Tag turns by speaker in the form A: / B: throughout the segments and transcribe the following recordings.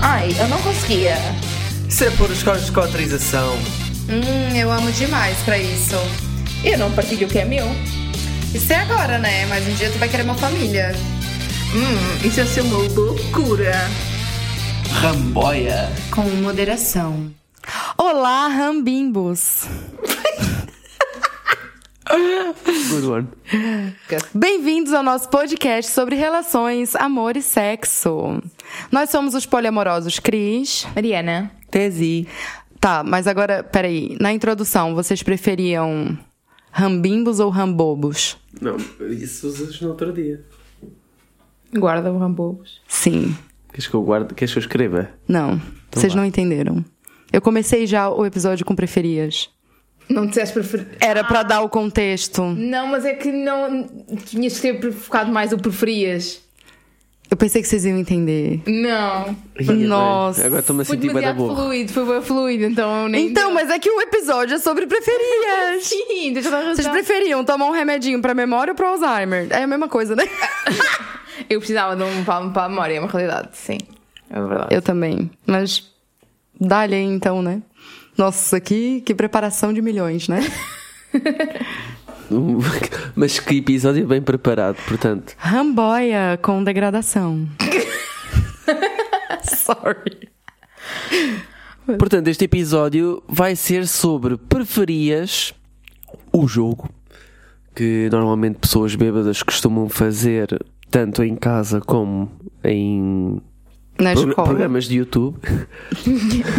A: Ai, eu não conseguia.
B: Isso é por escotrização.
C: Hum, eu amo demais pra isso.
A: E eu não partilho o que é meu.
C: Isso é agora, né? Mas um dia tu vai querer uma família.
A: Hum, isso ia ser uma loucura.
B: Ramboia.
C: Com moderação. Olá, Rambimbos!
B: Good one.
C: Bem-vindos ao nosso podcast sobre relações, amor e sexo. Nós somos os poliamorosos Cris.
A: Mariana.
B: Tesi.
C: Tá, mas agora, peraí. Na introdução, vocês preferiam Rambimbos ou Rambobos?
D: Não, isso usas no outro dia.
A: Guarda o Rambobos.
C: Sim.
D: Queres que eu guarde? Queres que eu escreva?
C: Não.
A: Então
C: Vocês não entenderam. Eu comecei já o episódio com preferias.
A: Não disseste preferir.
C: Era pra dar o contexto.
A: Não, mas é que não. Tinhas de ter focado mais o preferias.
C: Eu pensei que vocês iam entender.
A: Não.
D: Ih, bem,
C: Nossa.
D: Agora estou-me a
A: Foi
D: sentir bué da
A: demasiado
D: burra.
A: fluido, foi bem fluido, então eu nem.
C: Então, mas é que o episódio é sobre
A: Então,
C: preferias.
A: Sim, tens toda a
C: Vocês
A: razão.
C: preferiam tomar um remedinho pra memória ou pra Alzheimer? É a mesma coisa, né?
A: Eu precisava de um palmo para a memória, é uma realidade, sim. É verdade.
C: Eu também. Mas dá-lhe aí, então, né? Nossa, que, que preparação de milhões, né?
D: Hum, Mas que episódio bem preparado, portanto.
C: Ramboia com degradação. Sorry.
D: Portanto, este episódio vai ser sobre preferias o jogo que normalmente pessoas bêbadas costumam fazer tanto em casa como em
C: Na
D: pro-
C: escola.
D: programas de YouTube.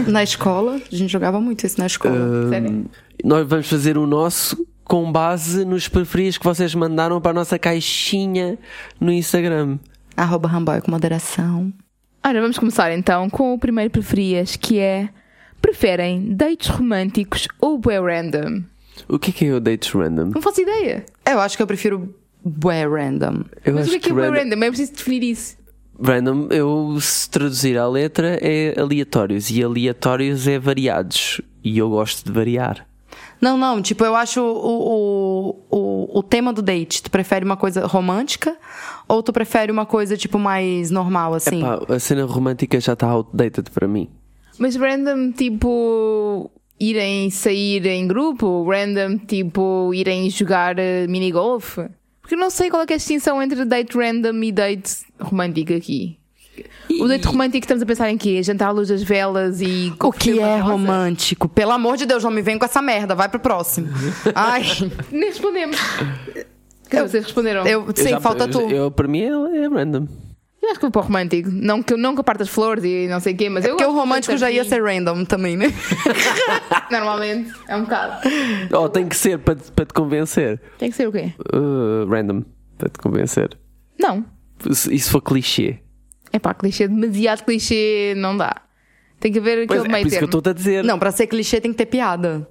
C: Na escola, a gente jogava muito isso na escola.
A: Sério.
D: Nós vamos fazer o nosso com base nos preferias que vocês mandaram para a nossa caixinha no Instagram.
C: Arroba Ramboia com moderação.
A: Ora, vamos começar então com o primeiro preferias, que é... Preferem dates românticos ou bué random?
D: O que é que é o Dates Random?
A: Não faço ideia.
C: É, Eu acho que eu prefiro bué random.
D: Eu
A: Mas o que é que é bué
D: random,
A: random? É preciso definir isso.
D: random, eu se traduzir à letra, é aleatórios. E aleatórios é variados. E eu gosto de variar.
C: Não, não, tipo, eu acho o, o, o, o tema do date. Tu prefere uma coisa romântica ou tu prefere uma coisa, tipo, mais normal, assim?
D: Pá, a cena romântica já está outdated para mim.
A: Mas random, tipo... Irem sair em grupo? Random, tipo... Irem jogar eh, minigolf? Porque eu não sei qual é, que é a distinção entre date random e date romântico aqui. O date romântico estamos a pensar em quê? Jantar à luz das velas e...
C: O que é
A: romântico?
C: romântico? Pelo amor de Deus, não me vem com essa merda. Vai pro próximo.
D: Uhum.
C: Ai,
A: Nem respondemos. Quer dizer, vocês responderam. Eu,
C: eu, sim,
D: Eu já-
C: falta
D: eu-
C: tu.
D: Eu, para mim é, é random.
A: acho que vou para o romântico. Não que eu nunca parto as flores e não sei É o quê, mas eu.
C: Porque o
A: gosto de
C: romântico já ia
A: jardim,
C: ser random também, né?
A: Normalmente, é um bocado.
D: Oh, tem que ser para, te- para te convencer.
A: Tem que ser o quê?
D: Uh, random, para te convencer.
A: Não.
D: Se- Isso foi clichê.
A: É pá, clichê, demasiado clichê, não dá. Tem que haver aquele
D: Pois é, por
A: meio
D: isso que eu
A: termo.
D: estou a dizer.
C: Não, pra ser clichê tem que ter piada.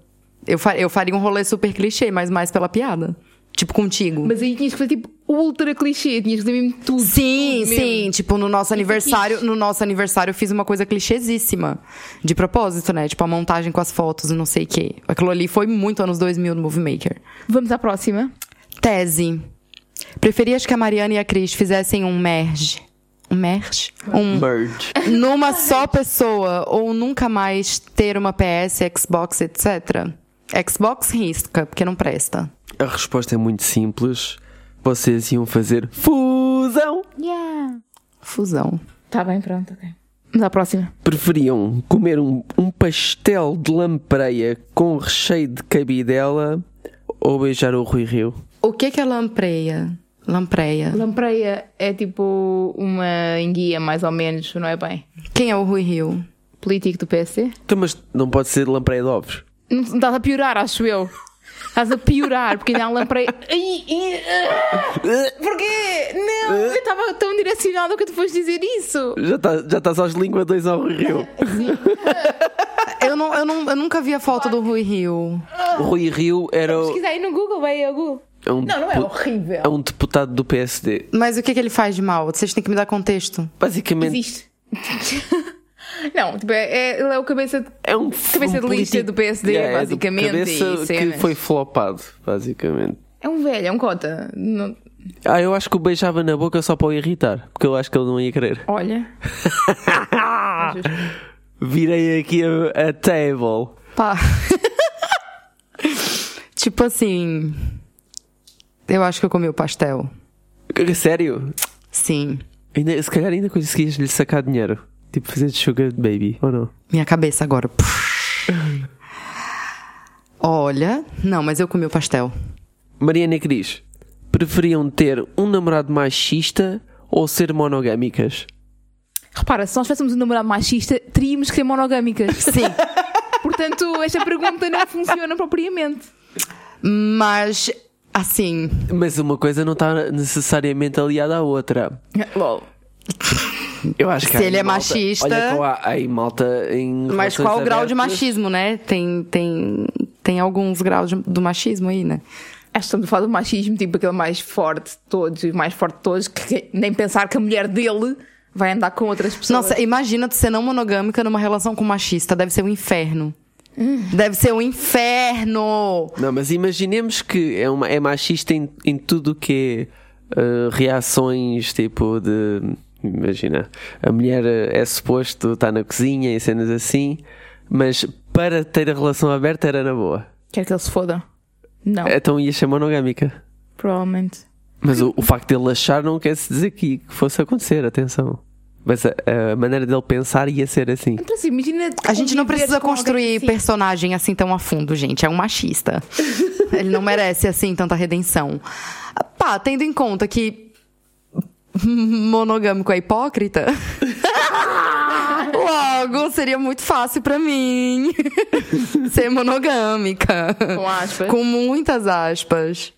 C: Eu, fa- eu faria um rolê super clichê, mas mais pela piada. Tipo, contigo.
A: Mas aí tinhas que fazer tipo ultra clichê, tinhas que dizer mesmo tudo.
C: Sim,
A: tudo mesmo. é
C: sim. Tipo, no nosso aniversário, no nosso aniversário eu fiz uma coisa clichêsíssima. De propósito, né? Tipo, a montagem com as fotos e não sei o quê. Aquilo ali foi muito anos 2000 no Movie Maker.
A: Vamos à próxima.
C: Tese. Preferias que a Mariana e a Cris fizessem um merge? Um merge? Um
D: Merge.
C: numa só pessoa ou nunca mais ter uma PS, Xbox, etc. Xbox risca, porque não presta.
D: A resposta é muito simples. Vocês iam fazer fusão.
A: Yeah.
C: Fusão.
A: Tá bem, pronto, ok. Vamos à próxima.
D: Preferiam comer um, um pastel de lampreia com recheio de cabidela ou beijar o Rui Rio?
C: O que que é lampreia? Lampreia.
A: Lampreia é tipo uma enguia, mais ou menos, não é bem?
C: Quem é o Rui Rio?
A: Político do PSC?
D: Então, mas não pode ser de lampreia de ovos.
A: Não não estás a piorar, acho eu. Estás a piorar, porque ainda há um lampreia. Ai, ai, ah! Porquê? Não,
D: Ah.
A: eu estava tão direcionada que tu foste dizer isso.
D: Já estás já estás aos linguadões ao Rui Rio.
C: Eu, não, eu, não, eu nunca vi a foto do Rui Rio.
D: O Rui Rio era o-
A: Se quiser ir no Google, vai ao Google.
D: é um,
A: Não, não é
D: depu-
A: horrível.
D: é um deputado do PSD.
C: Mas o que que ele faz de mal? Vocês têm que me dar contexto.
D: Basicamente,
A: Existe. Não, tipo, é, é- ele é o cabeça de.
D: é um
A: Cabeça
D: um
A: de lista
D: político-
A: do PSD,
D: Yeah, é do-
A: basicamente,
D: Cabeça
A: e
D: que
A: cenas.
D: foi flopado, basicamente.
A: É um velho, é um cota. Não-
D: Ah, eu acho que o beijava na boca só para o irritar, porque eu acho que ele não ia querer.
A: Olha.
D: Ah! Virei aqui a, a table.
C: Pá. tipo assim. Eu acho que eu comi o pastel.
D: Sério?
C: Sim.
D: Ainda, se calhar ainda conseguias lhe sacar dinheiro. Tipo fazer de sugar baby, ou não?
C: Minha cabeça agora. Olha, não, mas eu comi o pastel.
D: Mariana e Cris, preferiam ter um namorado machista ou ser monogâmicas?
A: Repara, se nós tivéssemos um namorado machista, teríamos que ser monogâmicas.
C: Sim.
A: Portanto, esta pergunta não funciona propriamente.
C: Mas, assim,
D: Mas uma coisa não está necessariamente aliada à outra.
A: Lol.
D: Eu acho que
C: Se
D: há
C: ele
D: aí
C: é
D: malta-
C: machista-
D: Olha, qual há, há aí malta em.
C: mas
D: relações
C: qual o grau de
D: abertas.
C: machismo, né? Tem, tem, tem alguns graus de- do machismo aí, né?
A: Acho que estamos a falar do machismo, tipo aquele mais forte de todos, e mais forte de todos, que nem pensar que a mulher dele vai andar com outras pessoas.
C: Nossa, imagina tu ser não monogâmica numa relação com um machista. Deve ser um inferno. Deve ser um inferno.
D: Não, mas imaginemos que é, uma, é machista em, em tudo o que é uh, reações tipo de. Imagina, a mulher uh, é suposto estar na cozinha e cenas assim, mas para ter a relação aberta era na boa.
A: Quer que ele se foda? Não,
D: Então ia ser monogâmica.
A: provavelmente.
D: Mas o, o facto de ele achar não quer se dizer que, que fosse acontecer, atenção. Mas a, a maneira dele pensar ia ser assim.
A: Então, assim, imagina
C: A gente não
A: conviveres
C: precisa
A: com alguém
C: construir
A: assim.
C: personagem assim tão a fundo, gente. É um machista. Ele não merece, assim, tanta redenção. Pá, tendo em conta que monogâmico é hipócrita, logo seria muito fácil pra mim ser monogâmica.
A: Com aspas.
C: Com muitas aspas.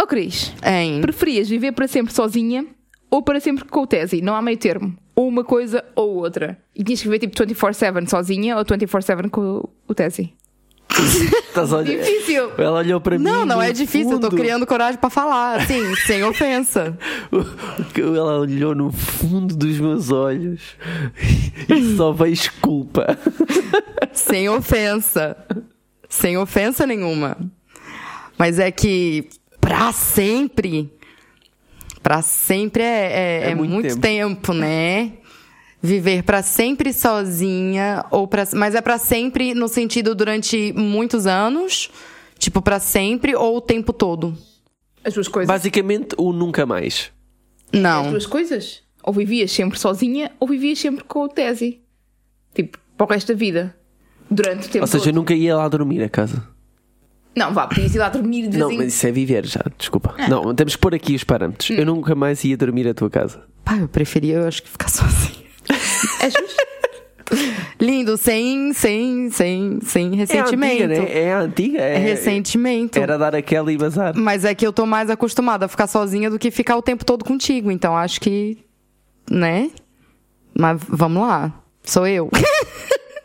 A: Oh, Cris,
C: Hein?
A: preferias viver para sempre sozinha ou para sempre com o Tesi? Não há meio termo. Ou uma coisa ou outra. E tinhas que viver tipo 24-7 sozinha ou 24-7 com o Tesi?
D: Estás a olhar-
A: Difícil.
D: Ela olhou para mim.
C: Não, não
D: no
C: é difícil. Eu tô
D: fundo.
C: criando coragem pra falar, assim, sem ofensa.
D: Ela olhou no fundo dos meus olhos e só vejo culpa.
C: Sem ofensa. Sem ofensa nenhuma. Mas é que pra sempre. Pra sempre é, é-
D: É
C: é
D: muito
C: muito,
D: tempo.
C: tempo. né? Viver pra sempre sozinha ou para mas é pra sempre no sentido durante muitos anos, tipo pra sempre ou o tempo todo.
A: As duas coisas.
D: Basicamente, o nunca mais.
A: As
C: Não.
A: duas coisas. Ou vivias sempre sozinha ou vivias sempre com o Tesi. Tipo, para o resto da vida. Durante o tempo
D: Ou seja, eu
A: todo.
D: nunca ia lá dormir a casa.
A: Não, vá, podias ir lá dormir de vez
D: Não,
A: em
D: mas isso é viver já, desculpa. Não, temos que pôr aqui os parâmetros. Eu nunca mais ia dormir à tua casa.
C: Pá, eu preferia, eu acho que ficar sozinha.
A: É justo.
C: Lindo, sem, sem, sem, sem
D: É a antiga,
C: ressentimento.
D: né? É a antiga. É,
C: É ressentimento.
D: Era dar aquela e bazar.
C: Mas é que eu tô mais acostumada a ficar sozinha do que ficar o tempo todo contigo. Então acho que. Né? Mas vamos lá. Sou eu.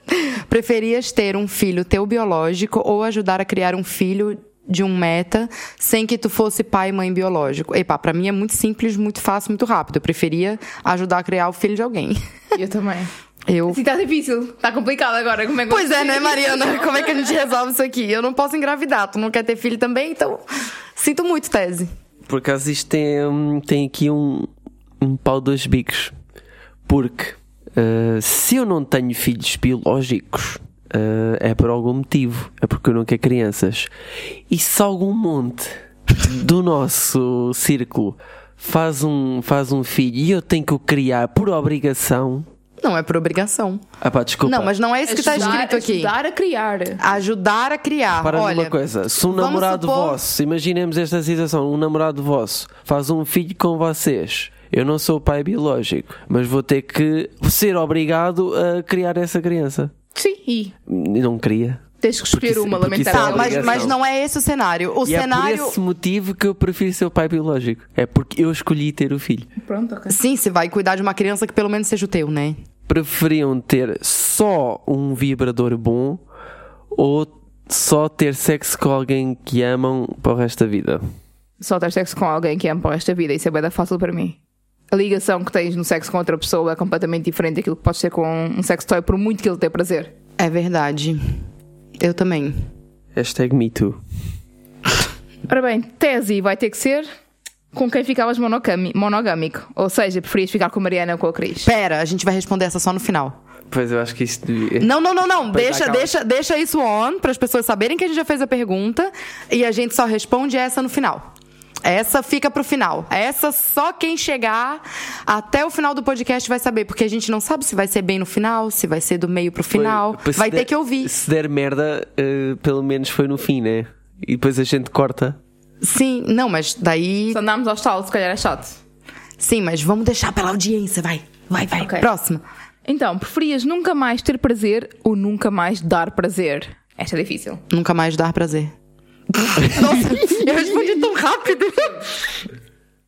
C: Preferias ter um filho teu biológico ou ajudar a criar um filho de um meta sem que tu fosse pai e mãe biológico? Epá, pra mim é muito simples, muito fácil, muito rápido. Eu preferia ajudar a criar o filho de alguém.
A: Eu também.
C: Eu.
A: Assim está difícil. Está complicado agora. Como é que
C: Pois é, né, Mariana? Como é que a gente resolve isso aqui? Eu não posso engravidar. Tu não quer ter filho também? Então. Sinto muito, tese.
D: Por acaso isto tem, hum, tem aqui um, um pau dois bicos. Porque ah, se eu não tenho filhos biológicos, ah, é por algum motivo. É porque eu não quero crianças. E se algum monte do nosso círculo faz um, faz um filho e eu tenho que o criar por obrigação.
C: Não é por obrigação.
D: Ah pá, desculpa.
C: Não, mas não é isso que tá
A: Ajudar-
C: escrito aqui.
A: Ajudar a criar.
C: Ajudar a criar.
D: Para
C: Olha,
D: numa coisa, se um
C: vamos
D: namorado
C: supor-
D: vosso, imaginemos esta situação, um namorado vosso faz um filho com vocês. Eu não sou o pai biológico, mas vou ter que ser obrigado a criar essa criança.
A: Sim, e
D: E Não queria.
A: tens que escolher
D: Porque isso-
A: uma,
D: porque isso é
A: lamentavelmente.
C: Tá, mas,
D: obrigação.
C: mas não é esse o cenário. O
D: e é
C: cenário.
D: por esse motivo que eu prefiro ser o pai biológico. É porque eu escolhi ter o filho.
A: Pronto, ok.
C: Sim, você vai cuidar de uma criança que pelo menos seja o teu, né?
D: Preferiam ter só um vibrador bom ou só ter sexo com alguém que amam para o resto da vida?
A: Só ter sexo com alguém que ama para o resto da vida. Isso é bem fácil para mim. A ligação que tens no sexo com outra pessoa é completamente diferente daquilo que podes ter com um sex toy, por muito que ele dê prazer.
C: É verdade. Eu também.
D: Hashtag me too.
A: Ora bem, tese vai ter que ser com quem ficavas monocami- monogâmico. Ou seja, preferias ficar com a Mariana ou com a Cris?
C: Pera, a gente vai responder essa só no final.
D: Pois eu acho que isto devia.
C: Não, não, não, não.
D: Pois
C: Deixa,
D: acaba.
C: deixa, deixa isso on para as pessoas saberem que a gente já fez a pergunta e a gente só responde essa no final. Essa fica pro final. Essa só quem chegar até o final do podcast vai saber, porque a gente não sabe se vai ser bem no final, se vai ser do meio pro final.
D: Pois, se
C: vai
D: der-
C: ter que ouvir.
D: Se der merda, eh, pelo menos foi no fim, né? E depois a gente corta.
C: Sim, não, mas daí.
A: Se andarmos ao estalo, se calhar é chato.
C: Sim, mas vamos deixar pela audiência, vai. Vai, vai.
A: Ok.
C: Próximo.
A: Então, preferias nunca mais ter prazer ou nunca mais dar prazer? Esta é difícil.
C: Nunca mais dar prazer. Nossa, eu respondi tão rápido.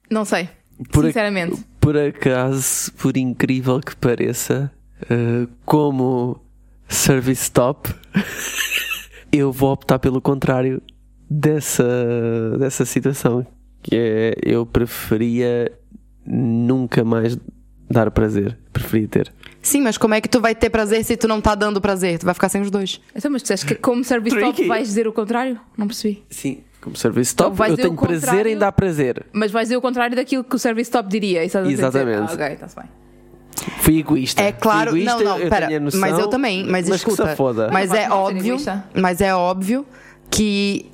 A: Não sei.
D: Por ac-
A: Sinceramente.
D: Por acaso, por incrível que pareça, eh, como service top, eu vou optar pelo contrário dessa, dessa situação. Que é, eu preferia nunca mais dar prazer. Preferia ter.
C: Sim, mas como é que tu vai ter prazer se tu não tá dando prazer? Tu vai ficar sem os dois.
A: Então, mas disseste que como service top
D: Tricky.
A: vais dizer o contrário? Não percebi.
D: Sim. Como service top,
A: vais
D: eu
A: dizer o
D: tenho prazer em
A: contrário?
D: dar prazer.
A: Mas vais dizer o contrário daquilo que o service top diria. e estás a dizer-
D: Exatamente.
A: Ah, ok, está-se bem.
D: Fui egoísta.
C: É claro,
D: Fui egoísta,
C: não, não,
D: eu
C: pera.
D: tenho a noção,
C: mas eu também, mas,
D: mas que
C: escuta.
D: se foda.
C: Mas
A: Não
C: é
A: posso não ser
C: óbvio,
A: egoísta.
C: mas é óbvio que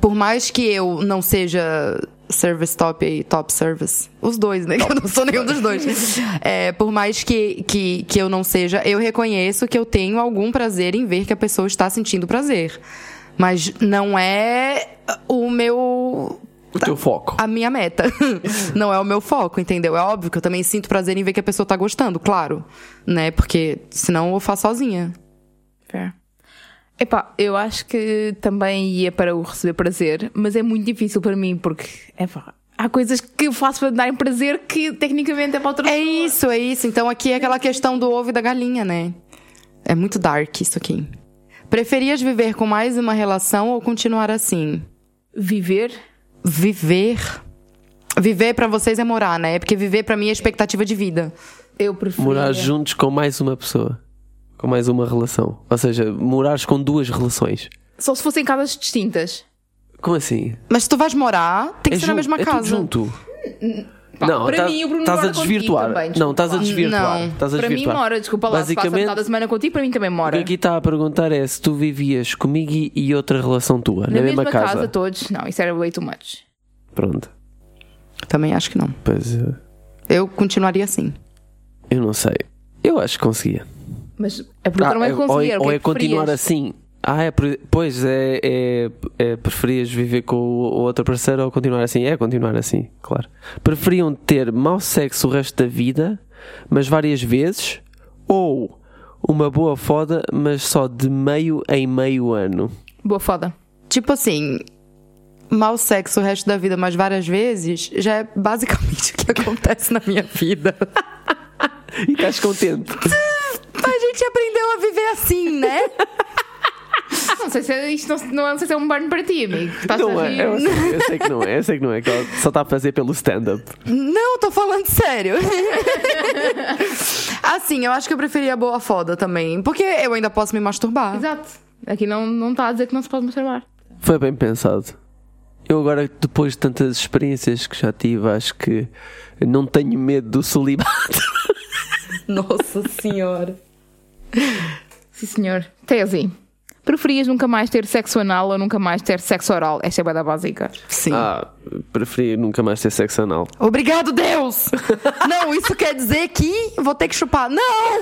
C: por mais que eu não seja service top e top service, os dois, né? Eu não sou nenhum dos dois. É, por mais que, que, que eu não seja, eu reconheço que eu tenho algum prazer em ver que a pessoa está sentindo prazer. Mas não é o meu
D: O teu foco.
C: a minha meta. Não é o meu foco, entendeu? É óbvio que eu também sinto prazer em ver que a pessoa tá gostando, claro. Né? Porque senão eu faço sozinha.
A: Fair. Epá, eu acho que também ia para o receber prazer, mas é muito difícil para mim porque epá, há coisas que eu faço para darem prazer que tecnicamente é para outra
C: É
A: pessoa.
C: isso, é isso. Então aqui é aquela questão do ovo e da galinha, né? É muito dark isso aqui. Preferias viver com mais uma relação ou continuar assim?
A: Viver?
C: Viver. Viver pra vocês é morar, né? Porque viver pra mim é expectativa de vida.
A: Eu
C: Ah,
A: prefiro.
D: Morar juntos com mais uma pessoa. Com mais uma relação. Ou seja, morares com duas relações.
A: Só se fossem casas distintas.
D: Como assim?
C: Mas se tu vais morar, tem que ser na
D: junto-
C: mesma
D: é tudo
C: casa.
D: junto. tá-
A: Pá, para mim, o Bruno
D: estás a
A: mora contigo
D: desvirtuar.
A: também,
D: não, estás a
A: desculpa.
D: desvirtuar.
C: Não,
D: Estás a
A: Para mim
D: desvirtuar.
A: mora, desculpa lá, se passa a metade da
D: Basicamente,
A: semana contigo, para mim também
D: o que
A: mora.
D: aqui está a perguntar é se tu vivias comigo e- e outra relação tua, é? na,
A: Na mesma
D: casa.
A: todos. Não, isso era way too much.
D: Pronto.
C: Também acho que não.
D: Pois eh,
C: Eu continuaria assim.
D: eu não sei. Eu acho que conseguia.
A: Mas a pergunta não é
D: é- ou é,
A: conseguir, o que
D: ou
A: é,
D: é
A: que
D: continuar
A: preferias?
D: assim. Ah, é, pre- pois é, é, é, preferias viver com o o outro parceiro ou continuar assim? É continuar assim, claro. Preferiam ter mau sexo o resto da vida, mas várias vezes, ou uma boa foda, mas só de meio em meio ano.
A: Boa foda.
C: Tipo assim, mau sexo o resto da vida, mas várias vezes, já é basicamente o que acontece na minha vida.
D: E estás contente?
C: Mas a gente aprendeu a viver assim, né?
A: Não sei se é, isto não, não sei se é um burn para ti, amigo. um Estás
D: não
A: a
D: é,
A: rir.
D: eu sei, eu sei que não é, eu sei que não é, que ela só está a fazer pelo stand-up.
C: Não, tô falando sério. assim, eu acho que eu preferia boa foda também, porque eu ainda posso me
E: Ah.
C: masturbar.
A: Exato. Aqui não, não está a dizer que não se pode masturbar.
D: Foi bem pensado. Eu agora, depois de tantas experiências que já tive, acho que não tenho medo do celibato.
C: Nossa senhora.
A: Sim, senhor. Tese. Preferias nunca mais ter sexo anal ou nunca mais ter sexo oral? Esta é a bada básica.
C: Sim.
D: Ah, preferia nunca mais ter sexo anal.
C: Obrigado, Deus! Não, isso quer dizer que vou ter que chupar. Não!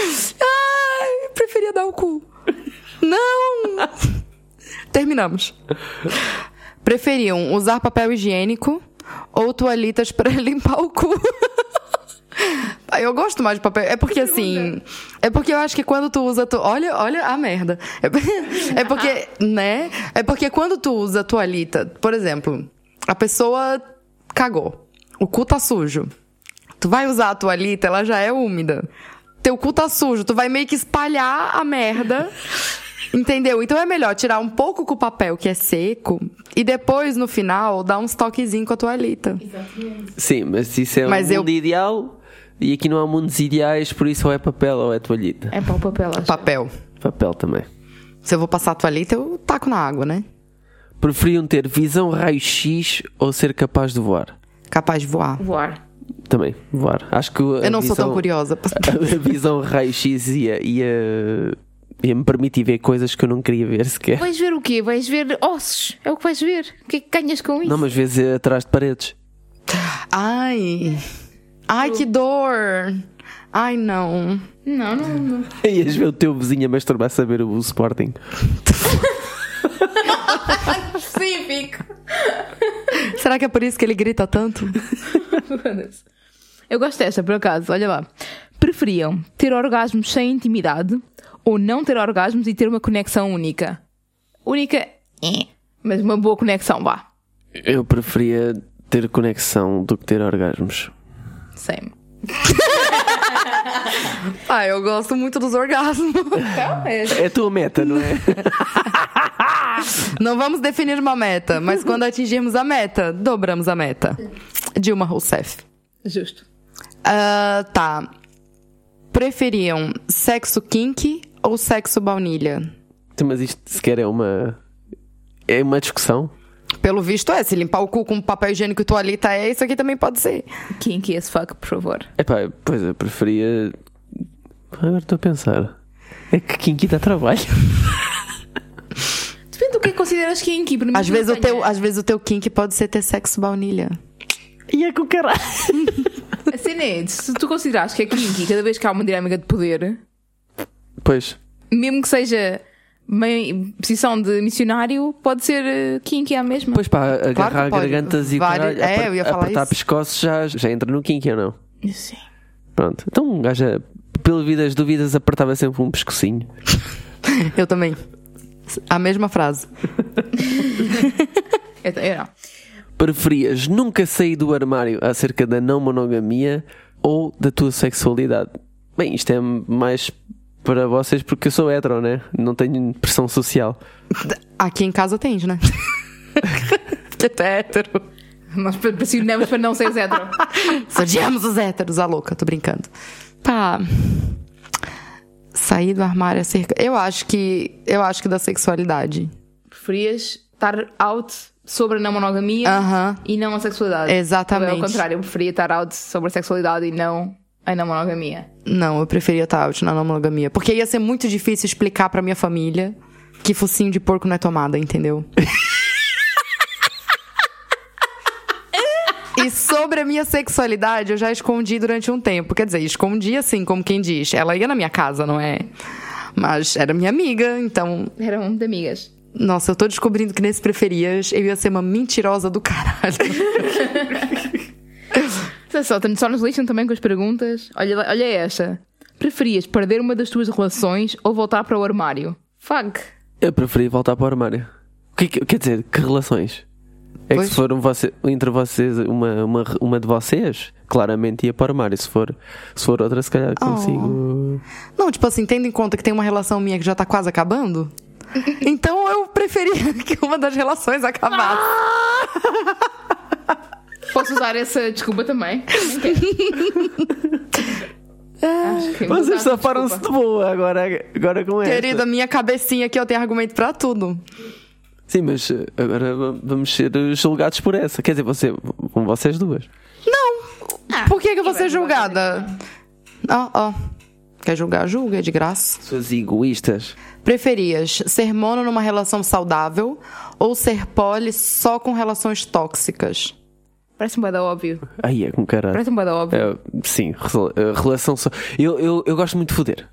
C: Ai, preferia dar o cu. Não! Terminamos. Preferiam usar papel higiênico ou toalhitas pra limpar o cu? Ah, Eu gosto mais de papel. É porque assim. É porque eu acho que quando tu usa. Tu... Olha, olha a merda. É, por- é porque, né? É porque quando tu usa toalhita, por exemplo, a pessoa cagou. O cu tá sujo. Tu vai usar a toalhita, ela já é úmida. Teu cu tá sujo, tu vai meio que espalhar a merda. Entendeu? Então é melhor tirar um pouco com o papel que é seco e depois, no final, dar uns toquezinhos com a toalhita.
D: Sim, mas isso é
C: Mas
D: um
C: eu-
D: mundo ideal e aqui não há mundos ideais, por isso ou é papel ou é toalhita.
A: É para o papel. acho.
C: Papel.
D: Papel também.
C: Se eu vou passar a toalhita, eu taco na água, né?
D: Preferiam ter visão raio-x ou ser capaz de voar?
C: Capaz de voar.
E: Voar.
D: Também, voar. Acho que
C: Eu não sou
D: Então-
C: tão curiosa.
D: A visão raio-x ia, ia, ia me permitir ver coisas que eu não queria ver sequer.
E: Vais ver o quê? Vais ver ossos. É o que vais ver. O que é que ganhas com isso?
D: Não, mas vês eh, atrás de paredes.
C: Ai. Ai, que dor. Ai, não.
E: Não, não, não.
D: Ias ver o teu vizinho a masturbar saber o Sporting.
E: Específico.
C: Será que é por isso que ele grita tanto?
E: Foda-se. Eu gosto desta, por acaso. Olha lá. Preferiam ter orgasmos sem intimidade ou não ter orgasmos e ter uma conexão única? Única, eh, mas uma boa conexão, vá.
D: Eu preferia ter conexão do que ter orgasmos.
E: Sem.
C: Ah, eu gosto muito dos orgasmos.
D: É a tua meta, não é?
C: Não vamos definir uma meta, mas quando atingirmos a meta, dobramos a meta. Dilma Rousseff.
E: Justo.
C: Ah, tá. Preferiam sexo kinky ou sexo baunilha?
D: Então, Mas isto sequer é uma. É uma discussão.
C: Pelo visto é, se limpar o cu com papel higiênico e toalhita é, isso aqui também pode ser.
E: Kinky as fuck, por favor.
D: Epá, pois eu preferia. Agora estou a pensar. É que Kinky dá trabalho.
E: Depende do que é que consideras kinky. para mim
C: Às
E: não
C: vezes, o
E: tenho-
C: teu, às vezes o teu kink pode ser ter sexo baunilha.
D: E é com caralho.
E: A cena é, se tu consideras que é kinky cada vez que há uma dinâmica de poder,
D: Pois.
E: mesmo que seja meio, posição de missionário, pode ser eh, kinky à mesma.
D: Pois pá, agarrar
C: que pode.
D: gargantas e
C: Vários-
D: caralho,
C: é,
D: apre-
C: eu ia falar
D: apertar
C: isso.
D: pescoços já, já entra no Kinky ou não?
E: Sim.
D: Pronto. Então um gajo, pelo vidas dúvidas, apertava sempre um pescocinho.
C: Eu também. A mesma frase.
E: Eu, eu É, não.
D: Preferias nunca sair do armário acerca da não monogamia ou da tua sexualidade? Bem, isto é mais para vocês porque eu sou hetero, né? Não tenho pressão social.
C: Aqui em casa atende, né? Porque tu é hétero.
E: Nós pressionamos para não seres hetero.
C: Nós Odiamos os héteros, a louca, tô brincando. Pá. Sair do armário acerca. Eu acho que. Eu acho que da sexualidade.
E: Preferias estar out sobre a não monogamia
C: Aham.
E: e não a sexualidade.
C: Ah. Exatamente.
E: Ou é Ao contrário, eu preferia estar out sobre a sexualidade e não a não monogamia.
C: Não, eu preferia estar out na não monogamia. Porque ia ser muito difícil explicar pra minha família que focinho de porco não é tomada, entendeu? E sobre a minha sexualidade, eu já escondi durante um tempo. Quer dizer, escondi assim, como quem diz. Ela ia na minha casa, não é? Mas era minha amiga, então.
E: Eram de amigas.
C: Nossa, eu tô descobrindo que nesse preferias eu ia ser uma mentirosa do caralho.
E: Só, só, só nos lixam também com as perguntas. Olha, olha esta. Preferias perder uma das tuas relações ou voltar para o armário? Fuck.
D: Eu preferi voltar para o armário. O que, é que- quer dizer, que relações? É que
C: Pois.
D: se for um voce- entre vocês uma, uma, uma de vocês, claramente ia para o armário. Se for, se for outra, se calhar consigo.
C: Não, tipo assim, tendo em conta que tem uma relação minha que já tá quase acabando. Então eu preferia que uma das relações acabasse.
E: Posso usar essa desculpa também? Ok. Acho que vou usar
D: Vocês
E: essa
D: safaram-se
E: desculpa.
D: de boa agora, agora com
E: Ah,
D: esta.
C: Querida, minha cabecinha aqui, eu tenho argumento pra tudo.
D: Sim, mas eh, agora va- vamos ser julgados por essa. Quer dizer, você, com vocês duas.
C: Não! Por que, que eu vou
E: e
C: ser
E: Ah, vai né? julgar
C: julgada? Ó, ó. Quer julgar? Julga, é de graça.
D: Pessoas egoístas.
C: Preferias ser mono numa relação saudável ou ser poli só com relações tóxicas?
E: Parece um bada óbvio.
D: Aí é com caralho.
E: Parece um bada óbvio.
D: É, sim, resol- eh, relação só. Eu, eu, eu gosto muito de foder.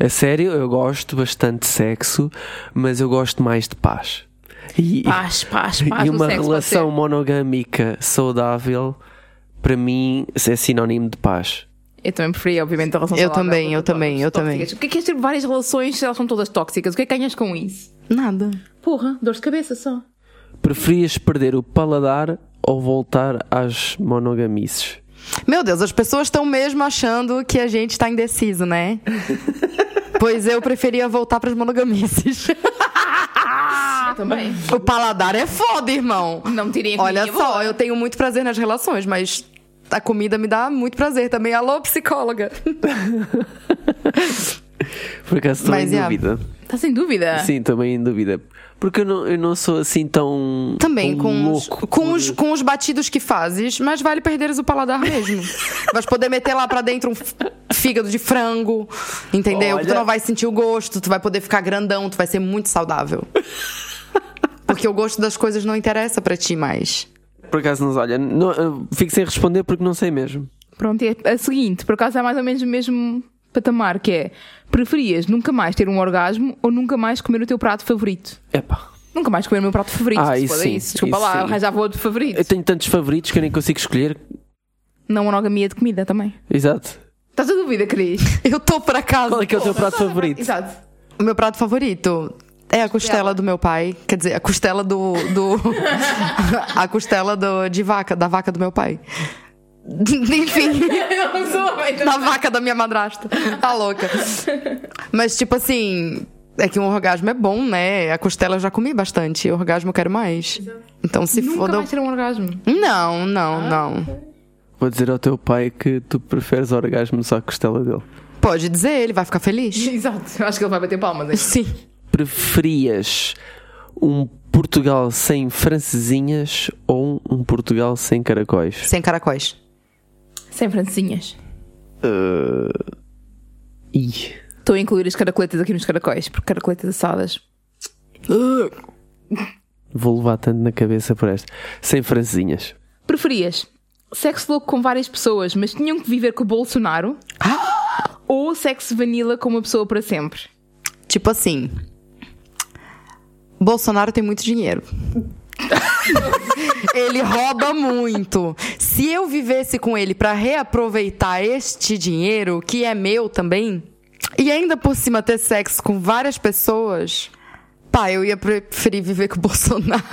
D: A sério, eu gosto bastante de sexo, mas eu gosto mais de paz. E,
E: Paz, paz, paz.
D: e
E: no
D: uma
E: sexo, pode ser.
D: relação monogâmica saudável, para mim, é sinónimo de paz.
E: Eu também preferia, obviamente, a relação
C: Eu
E: saudável
C: também,
E: com
C: eu
E: todas
C: também,
E: as
C: eu
E: tóxicas. O que é que és ter várias relações se elas são todas tóxicas? O que é que ganhas com isso?
C: Nada.
E: Porra, dor de cabeça só.
D: Preferias perder o paladar ou voltar às monogamices?
C: Meu Deus, as pessoas estão mesmo achando que a gente tá indeciso, né? pois eu preferia voltar pras monogamices.
E: Ah, Eu também.
C: o paladar é foda, irmão.
E: Não me tirem a
C: Olha
E: comidinha
C: só, eu tenho muito prazer nas relações, mas a comida me dá muito prazer também. Alô, psicóloga.
D: Por acaso estou
C: Mas,
D: em
C: yeah.
D: dúvida.
E: Estás Tá sem dúvida?
D: Sim, também em dúvida. Porque eu não, eu não sou assim tão.
C: Também
D: tão
C: com os,
D: louco
C: com,
D: por-
C: os, com os batidos que fazes, mas vale perderes o paladar mesmo. Vais poder meter lá pra dentro um f- fígado de frango, entendeu?
D: Olha.
C: Tu não vai sentir o gosto, tu vai poder ficar grandão, tu vai ser muito saudável. Porque o gosto das coisas não interessa pra ti mais.
D: Por acaso não olha, não, eu fico sem responder porque não sei mesmo.
E: Pronto, e a seguinte, por acaso é mais ou menos o mesmo patamar, que é preferias nunca mais ter um orgasmo ou nunca mais comer o teu prato favorito?
D: Epá.
E: Nunca mais comer o meu prato favorito,
D: Ah,
E: se
D: isso
E: for
D: sim,
E: isso. Desculpa
D: isso
E: lá,
D: sim.
E: arranjava outro favorito.
D: Eu tenho tantos favoritos que eu nem consigo escolher.
E: Não monogamia de comida também.
D: Exato.
E: Estás a dúvida, Cris?
C: Eu tô por acaso.
D: Qual é que é o teu prato favorito?
E: Exato.
C: O meu prato favorito é a costela do meu pai. Quer dizer, a costela do. do a costela do, de vaca, da vaca do meu pai. Enfim.
E: Eu não sou bem
C: da vaca da minha madrasta. Tá louca. Mas, tipo assim, é que um orgasmo é bom, né? A costela eu já comi bastante. O orgasmo eu quero mais. Então, se
E: Nunca
C: for.
E: mais ter um orgasmo.
C: Não, não, não.
D: Vou dizer ao teu pai que tu preferes orgasmo só à costela dele.
C: Pode dizer, ele vai ficar feliz.
E: Exato. Eu acho que ele vai bater palmas. hein?
C: Sim.
D: Preferias um Portugal sem francesinhas ou um Portugal sem caracóis?
C: Sem caracóis.
E: Sem francinhas.
D: Ih.
E: Estou a incluir as caracoletas aqui nos caracóis, porque caracoletas assadas.
D: Vou levar tanto na cabeça por esta. Sem francesinhas.
E: Preferias sexo louco com várias pessoas, mas tinham que viver com o Bolsonaro? Ou sexo vanilla com uma pessoa para sempre?
C: Tipo assim. Bolsonaro tem muito dinheiro. ele rouba muito. Se eu vivesse com ele pra reaproveitar este dinheiro, que é meu também, e ainda por cima ter sexo com várias pessoas, pá, eu ia preferir viver com o Bolsonaro.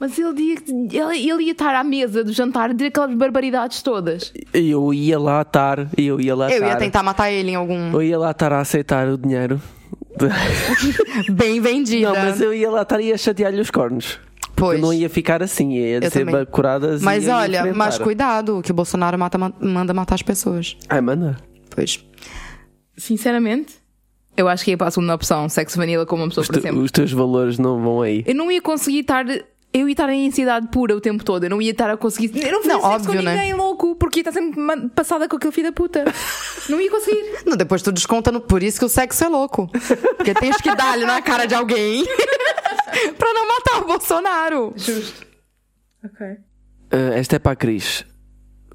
E: Mas ele ia, ele, ele ia estar à mesa do jantar e dizer aquelas barbaridades todas.
D: Eu ia lá estar. Eu ia lá
C: Eu ia
D: estar.
C: tentar matar ele em algum.
D: Eu ia lá estar a aceitar o dinheiro.
C: Bem vendida.
D: Não, mas eu ia lá estar e ia chatear-lhe os cornos.
C: Pois.
D: Eu não ia ficar assim, ia
C: Eu
D: ser
C: também.
D: bacuradas
C: Mas
D: e ia
C: olha,
D: enfrentar.
C: mas cuidado, que o Bolsonaro mata- manda matar as pessoas.
D: Ai, manda.
C: Pois.
E: Sinceramente, eu acho que ia para a segunda opção, sexo vanilla com uma pessoa
D: Os,
E: para
D: te-
E: sempre.
D: os teus valores não vão aí.
E: Eu não ia conseguir estar. Eu ia estar em ansiedade pura o tempo todo. Eu não ia estar a conseguir. Eu não fazia
C: Não,
E: sexo
C: óbvio,
E: com
C: né?
E: ninguém louco, porque ia estar sempre ma- passada com aquele filho da puta. Não ia conseguir.
C: Não, depois tu desconta no... Por isso que o sexo é louco. Porque tens que dar ali na cara de alguém pra não matar o Bolsonaro.
E: Justo. Ok.
D: Ah, esta é para a Cris.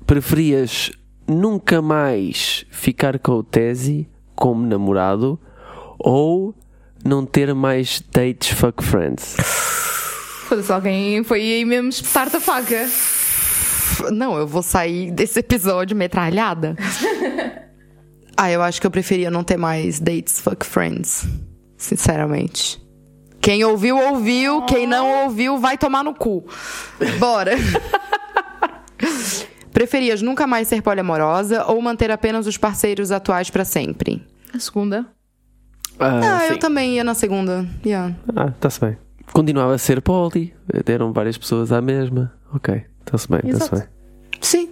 D: Preferias nunca mais ficar com o Tese como namorado ou não ter mais dates fuck friends?
E: Foda-se, alguém foi aí mesmo espetar-te a faca.
C: Pff, Não, eu vou sair desse episódio metralhada. ah, eu acho que eu preferia não ter mais dates fuck friends. Sinceramente. Quem ouviu, ouviu. Quem não ouviu, vai tomar no cu. Bora. Preferias nunca mais ser poliamorosa ou manter apenas os parceiros atuais pra sempre?
E: A segunda.
D: Ah,
C: Ah,
D: sim.
C: eu também ia na segunda. Yeah.
D: Ah, está-se bem. Continuava a ser poli, deram várias pessoas à mesma. Ok, está-se bem, está-se
E: Exato.
D: bem.
C: Sim.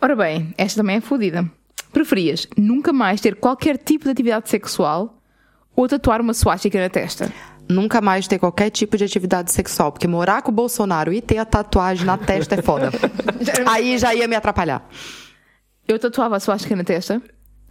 E: Ora bem, esta também é fodida. Preferias nunca mais ter qualquer tipo de atividade sexual ou tatuar uma suástica na testa?
C: Nunca mais ter qualquer tipo de atividade sexual, porque morar com o Bolsonaro e ter a tatuagem na testa é foda. Aí já ia me atrapalhar.
E: Eu tatuava a suástica na testa,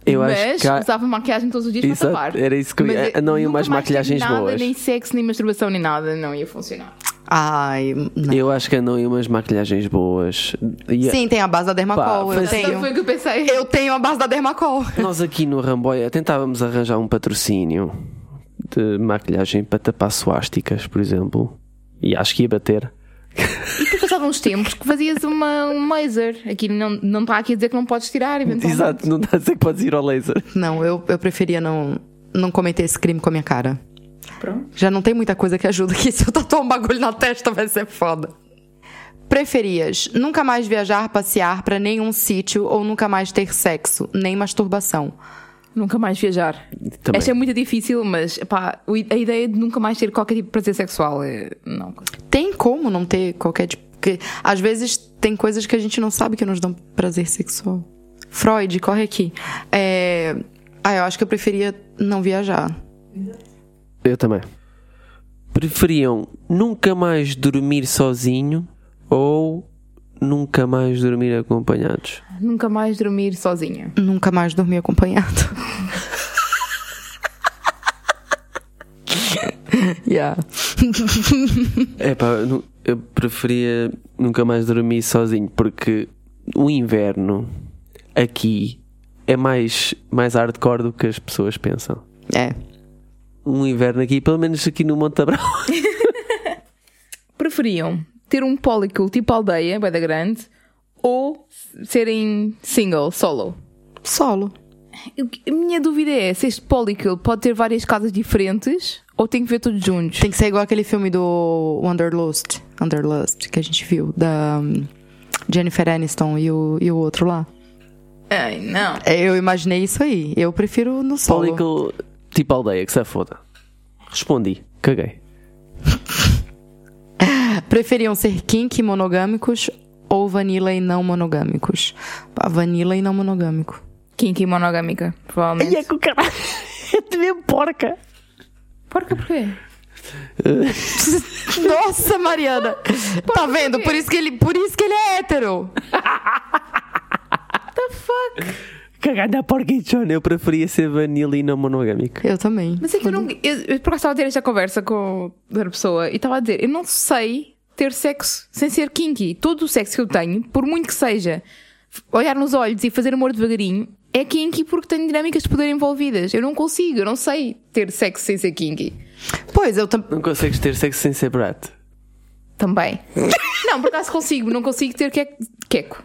D: Eu
E: mas
D: acho que há-
E: usava maquiagem todos os dias
D: Exato,
E: para tapar.
D: era isso que eu ia-
E: Mas eu
D: não iam
E: nunca
D: mais maquilhagens
E: ter nada,
D: boas.
E: Nem sexo, nem masturbação, nem nada, não ia funcionar.
C: Ai, não.
D: Eu acho que andam em umas maquilhagens boas. E- eh,
C: Sim, tem a base da Dermacol,
D: Pá,
C: eu
D: faz-
E: Então
C: tenho.
E: foi o que eu pensei.
C: Eu tenho a base da Dermacol.
D: Nós aqui no Ramboia tentávamos arranjar um patrocínio de maquilhagem para tapar suásticas, por exemplo. E acho que ia bater.
E: Tu passava uns tempos é que fazias uma, um laser. Aqui não está não tá aqui a dizer que não podes tirar, eventualmente.
D: Exato, não dá a dizer que podes ir ao laser.
C: Não, eu, eu preferia não, não cometer esse crime com a minha cara.
E: Pronto.
C: Já não tem muita coisa que ajuda que se eu tatuar um bagulho na testa vai ser foda. Preferias nunca mais viajar, passear pra nenhum sítio ou nunca mais ter sexo, nem masturbação?
E: Nunca mais viajar.
D: Também.
E: Esta é muito difícil, mas pá, o- a ideia de nunca mais ter qualquer tipo de prazer sexual é. Não. consigo.
C: Tem como não ter qualquer tipo. Porque às vezes tem coisas que a gente não sabe que nos dão prazer sexual. Freud, corre aqui. É, Ah, eu acho que eu preferia não viajar.
D: Eu também. Preferiam nunca mais dormir sozinho ou nunca mais dormir acompanhados?
E: Nunca mais dormir sozinha.
C: Nunca mais dormi acompanhado. yeah.
D: É pá, nu- eu preferia nunca mais dormir sozinho porque o inverno aqui é mais, mais hardcore do que as pessoas pensam.
C: É.
D: Um inverno aqui, pelo menos aqui no Monte Abrão.
E: Preferiam ter um póliculo tipo aldeia, bem da grande, ou serem single, solo?
C: Solo.
E: Eu- A minha dúvida é se este póliculo pode ter várias casas diferentes ou tem que ver todos juntos.
C: Tem que ser igual aquele filme do Wanderlust, Wanderlust que a gente viu, da hum, Jennifer Aniston e o, e o outro lá.
E: Ai, não.
C: É, Eu imaginei isso aí. Eu prefiro no solo.
D: Pólico, tipo aldeia, que se foda. Respondi, caguei.
C: Preferiam ser kink e monogâmicos ou vanilla e não monogâmicos? Pá, Vanilla e não monogâmico.
E: Kinky monogâmica, provavelmente.
D: É que o caralho é de mesmo porca.
E: Porca porquê?
C: Nossa, Mariana! tá vendo? Por isso que ele, por isso que ele é hétero.
D: Cagada porca e John, eu preferia ser vanilla e não monogâmico.
C: Eu também.
E: Mas é que eu não. Eu, eu por acaso estava a ter esta conversa com outra pessoa e estava a dizer: eu não sei ter sexo sem ser kinky. Todo o sexo que eu tenho, por muito que seja, f- olhar nos olhos e fazer amor devagarinho, é kinky porque tenho dinâmicas de poder envolvidas. Eu não consigo, eu não sei ter sexo sem ser kinky.
C: Pois, eu também.
D: Não consegues ter sexo sem ser brat.
E: Também. não, por acaso consigo, não consigo ter que- queco. Queco.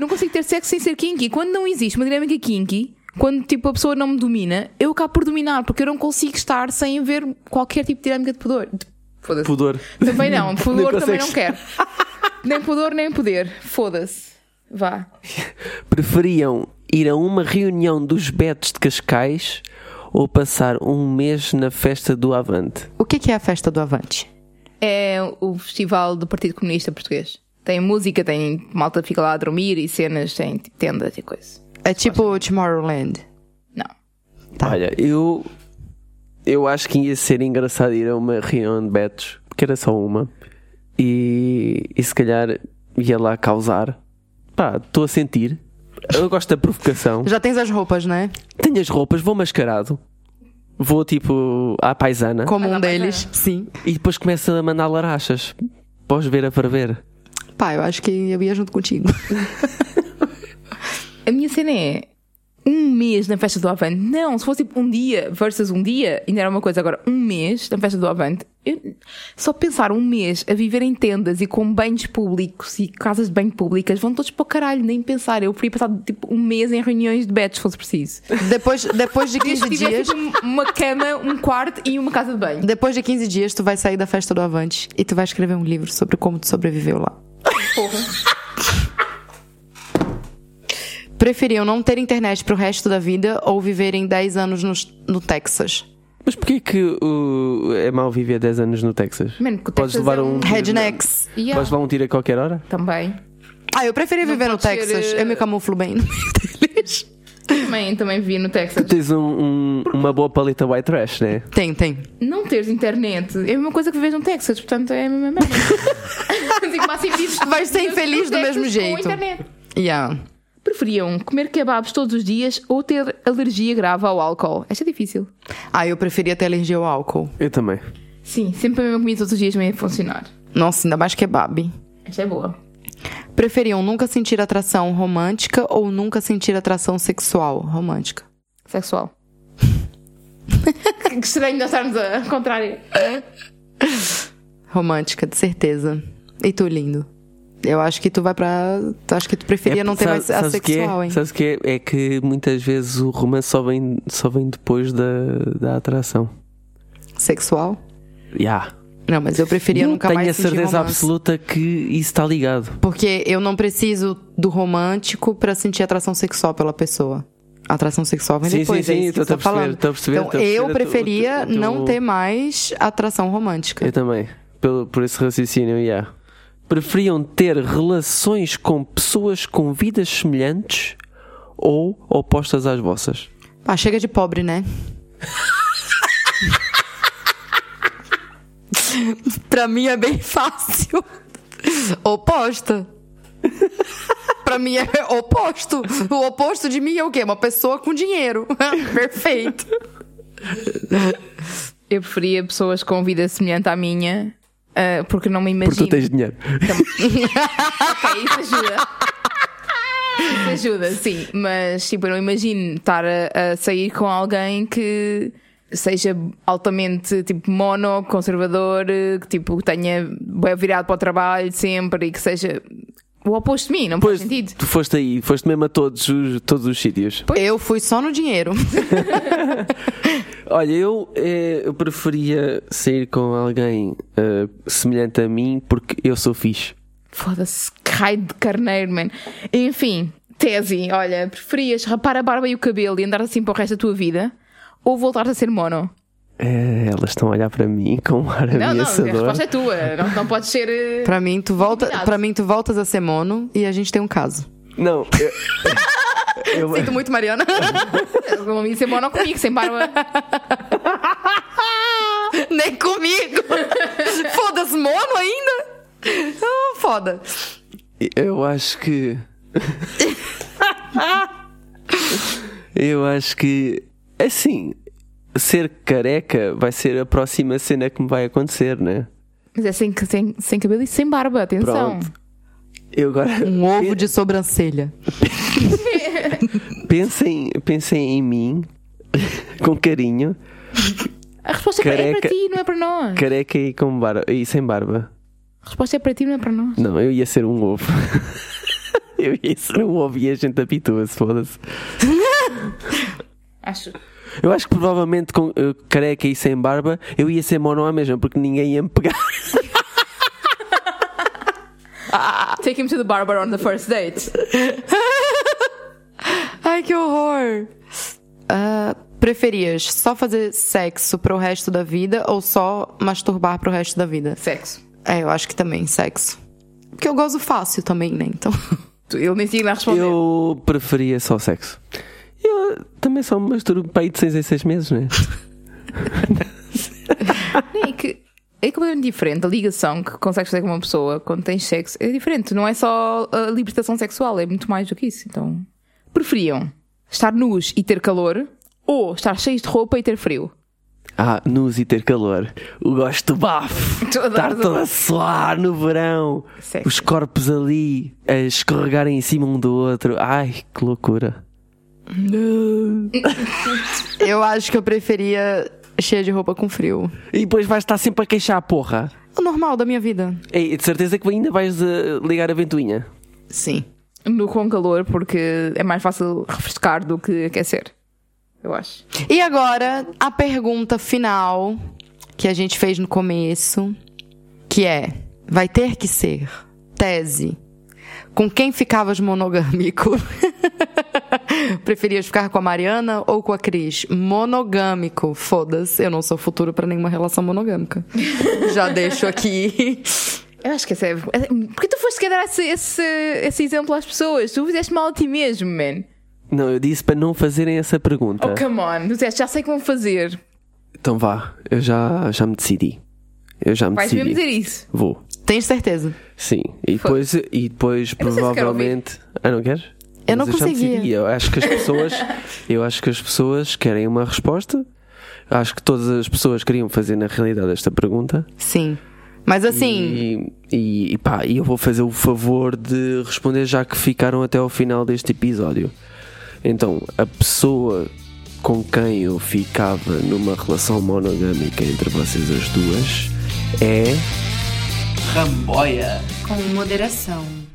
E: não consigo ter sexo sem ser kinky. Quando não existe uma dinâmica kinky, quando tipo a pessoa não me domina, eu acabo por dominar, porque eu não consigo estar sem ver qualquer tipo de dinâmica de pudor. De- Foda-se.
D: Pudor.
E: Também não, pudor também
D: consegues.
E: não quero. nem pudor, nem poder. Foda-se. Vá.
D: Preferiam ir a uma reunião dos Betos de Cascais ou passar um mês na festa do Avante?
C: O que, que é a festa do Avante?
E: É o festival do Partido Comunista Português. Tem música, tem malta que fica lá a dormir e cenas, tem tipo, tendas e coisa.
C: É tipo Tomorrowland.
E: Não.
C: Tá.
D: Olha, eu. Eu acho que ia ser engraçado ir a uma reunião de Betos, porque era só uma. E, e se calhar ia lá causar. Pá, estou a sentir. Eu gosto da provocação.
C: Já tens as roupas, né?
D: Tenho as roupas, vou mascarado. Vou tipo à paisana.
C: Como
E: Ah,
C: um
E: não,
C: deles.
E: mas
C: Sim.
D: E depois começa a mandar larachas. Podes ver a ferver.
C: Pá, eu acho que eu ia junto contigo.
E: A minha cena é um mês na festa do Avante. Não, se fosse tipo, um dia versus um dia, ainda era uma coisa. Agora, um mês na festa do Avante, eu- só pensar um mês a viver em tendas e com banhos públicos e casas de banho públicas, vão todos para o caralho, nem pensar. Eu preferia passar tipo um mês em reuniões de betos, se fosse preciso.
C: Depois, depois de
E: Desde
C: 15
E: que
C: dias.
E: tivesse tipo, uma cama, um quarto e uma casa de banho.
C: Depois de 15 dias, tu vai sair da festa do Avante e tu vai escrever um livro sobre como tu sobreviveu lá. Preferiam não ter internet pro resto da vida ou viverem 10 anos no, no Texas?
D: Mas porquê que o- é mau viver 10 anos no Texas?
E: Mano, que o
D: Podes
E: Texas
D: levar
E: é
D: um.
E: um-
C: Rednecks.
E: Yeah.
D: Podes levar um tiro a qualquer hora?
E: Também.
C: Ah, eu preferia viver no
E: pode ser,
C: Texas.
E: eh,
C: Eu me camuflo bem no meio deles.
E: Também, também vi no Texas.
D: Tens um- um- uma boa paleta white trash, né?
C: Tem, tem.
E: não teres internet é a mesma coisa que vives no Texas, portanto é a mesma merda. Assim, como assim, vives-
C: Vais ser
E: vives
C: infeliz
E: no
C: do
E: Texas
C: mesmo
E: com
C: jeito.
E: internet.
C: Yeah.
E: Preferiam comer kebabs todos os dias ou ter alergia grave ao álcool? Esta é difícil.
C: Ah, eu preferia ter alergia ao álcool.
D: Eu também.
E: Sim, sempre a mesma comida todos os dias não ia funcionar.
C: Nossa, ainda mais kebab.
E: Esta é boa.
C: Preferiam nunca sentir atração romântica ou nunca sentir atração sexual romântica?
E: Sexual. que estranho nós estarmos a contrário.
C: Romântica, de certeza. E tu, lindo? Eu acho que tu vai pra. tu- Acho que tu preferia não ter
D: É, sabe-
C: mais a
D: sabes o que é?
C: sexual, hein?
D: Sabes o que é? É que muitas vezes o romance só vem, só vem depois da, da atração.
C: Sexual?
D: Já.
C: Não, mas eu preferia
D: Não
C: nunca
D: tenho a
C: mais sentir
D: certeza
C: romance.
D: absoluta que isso está ligado.
C: Porque eu não preciso do romântico pra sentir atração sexual pela pessoa. Atração sexual vem
D: Sim,
C: depois,
D: sim,
C: é
D: sim,
C: isso que
D: tô- tô
C: você
D: a
C: tá
D: perceber,
C: falando.
D: tô a perceber,
C: então,
D: tô a perceber
C: eu
D: o teu-
C: preferia
D: o teu-
C: não ter mais atração romântica.
D: Eu também. Pelo, por esse raciocínio, yeah. Preferiam ter relações com pessoas com vidas semelhantes ou opostas às vossas?
C: Pá, chega de pobre, né? pra mim é bem fácil. Oposta. Pra mim é oposto. O oposto de mim é o quê? Uma pessoa com dinheiro. Perfeito.
E: Eu preferia pessoas com vida semelhante à minha, ah, porque não me imagino.
D: Porque tu tens dinheiro.
E: Ok, isso ajuda. Isso ajuda, sim. Mas, tipo, eu não imagino estar a, a sair com alguém que seja altamente, tipo, mono, conservador, eh, que, tipo, que tenha bem virado para o trabalho sempre e que seja o oposto de mim, não
D: Pois,
E: faz sentido.
D: tu foste aí, foste mesmo a todos os, todos os sítios.
C: Eu fui só no dinheiro.
D: Olha, eu, eh, eu preferia sair com alguém eh, semelhante a mim porque eu sou fixe.
E: Foda-se, cai de carneiro, man. Enfim, tese, olha, preferias rapar a barba e o cabelo e andar assim para o resto da tua vida ou voltar a ser mono?
D: Eh, elas estão a olhar para mim com um ar
E: Não, não, a
D: ameaçador.
E: resposta é tua. Não, não podes ser. eh,
C: Pra mim, tu volta,
E: Combinado.
C: pra mim, tu voltas a ser mono e a gente tem um caso.
E: é
D: Não, eu- eu-
C: Sinto muito, Mariana.
E: Vão vir um ser mono comigo, sem barba.
C: Nem comigo. Foda-se, mono ainda? Ah, foda.
D: Eu acho que. eu acho que. Assim, ser careca vai ser a próxima cena que me vai acontecer, né?
E: Mas é sem, sem, sem cabelo e sem barba, atenção.
D: Pronto. Eu agora.
C: Um ovo de sobrancelha.
D: Pensem, pensem em mim, com carinho,
E: A resposta é para- é
D: Careca.
E: para ti, não é para nós.
D: careca e, com barba, e sem barba.
E: A resposta é para ti, não é para nós.
D: Não, eu ia ser um ovo. eu ia ser um ovo e a gente habitua-se, foda-se.
E: Acho.
D: Eu acho que provavelmente com eh, careca e sem barba eu ia ser mono à mesma, porque ninguém ia me pegar.
E: Take him to the barber on the first date.
C: Ai, que horror! Ah, preferias só fazer sexo pro resto da vida ou só masturbar pro resto da vida?
E: Sexo.
C: É, eu acho que também sexo. Porque eu gozo fácil também, né? Então.
E: Tu- Ele nem tinha nada a responder.
D: Eu preferia só sexo. Eu também só me masturbo para aí de 6 em 6 meses, né?
E: É que é completamente diferente. A ligação que consegues fazer com uma pessoa quando tens sexo é diferente. Não é só a libertação sexual, é muito mais do que isso. Então, preferiam estar nus e ter calor ou estar cheios de roupa e ter frio?
D: Ah, nus e ter calor. O gosto bafo.
E: Tu
D: Estar
E: adoras o-
D: todo a suar no verão.
E: Sexy.
D: Os corpos ali a escorregarem em cima um do outro. Ai, que loucura.
C: eu acho que eu preferia cheia de roupa com frio.
D: E depois vais estar sempre a queixar a porra.
C: O normal da minha vida.
D: Ei, de certeza que ainda vais eh, ligar a ventoinha.
C: Sim.
E: No com calor, porque é mais fácil refrescar do que aquecer. Eu acho.
C: E agora, a pergunta final que a gente fez no começo, que é: vai ter que ser tese. Com quem ficavas monogâmico? Preferias ficar com a Mariana ou com a Cris? Monogâmico. Foda-se, eu não sou futuro pra nenhuma relação monogâmica. Já deixo aqui.
E: Eu acho que essa é. Porque tu foste querer dar esse, esse, esse exemplo às pessoas? Tu fizeste mal a ti mesmo, man.
D: Não, eu disse para não fazerem essa pergunta.
E: Oh, come on. Tu disseste, já sei como fazer.
D: Então vá, eu já, já me decidi. Eu já me
E: Vais mesmo
D: decidi.
E: dizer isso.
D: Vou.
C: Tens certeza?
D: Sim, e depois, e depois
E: não sei se quero
D: provavelmente. ah, não queres?
C: Eu não
D: Mas já
C: conseguia.
D: decidi. Eu acho que as pessoas, eu acho que as pessoas querem uma resposta. Acho que todas as pessoas queriam fazer na realidade esta pergunta.
C: Sim. Mas assim.
D: E, e, e pá, e eu vou fazer o favor de responder já que ficaram até ao final deste episódio. Então, a pessoa com quem eu ficava numa relação monogâmica entre vocês as duas é
A: Ramboia.
C: Com moderação.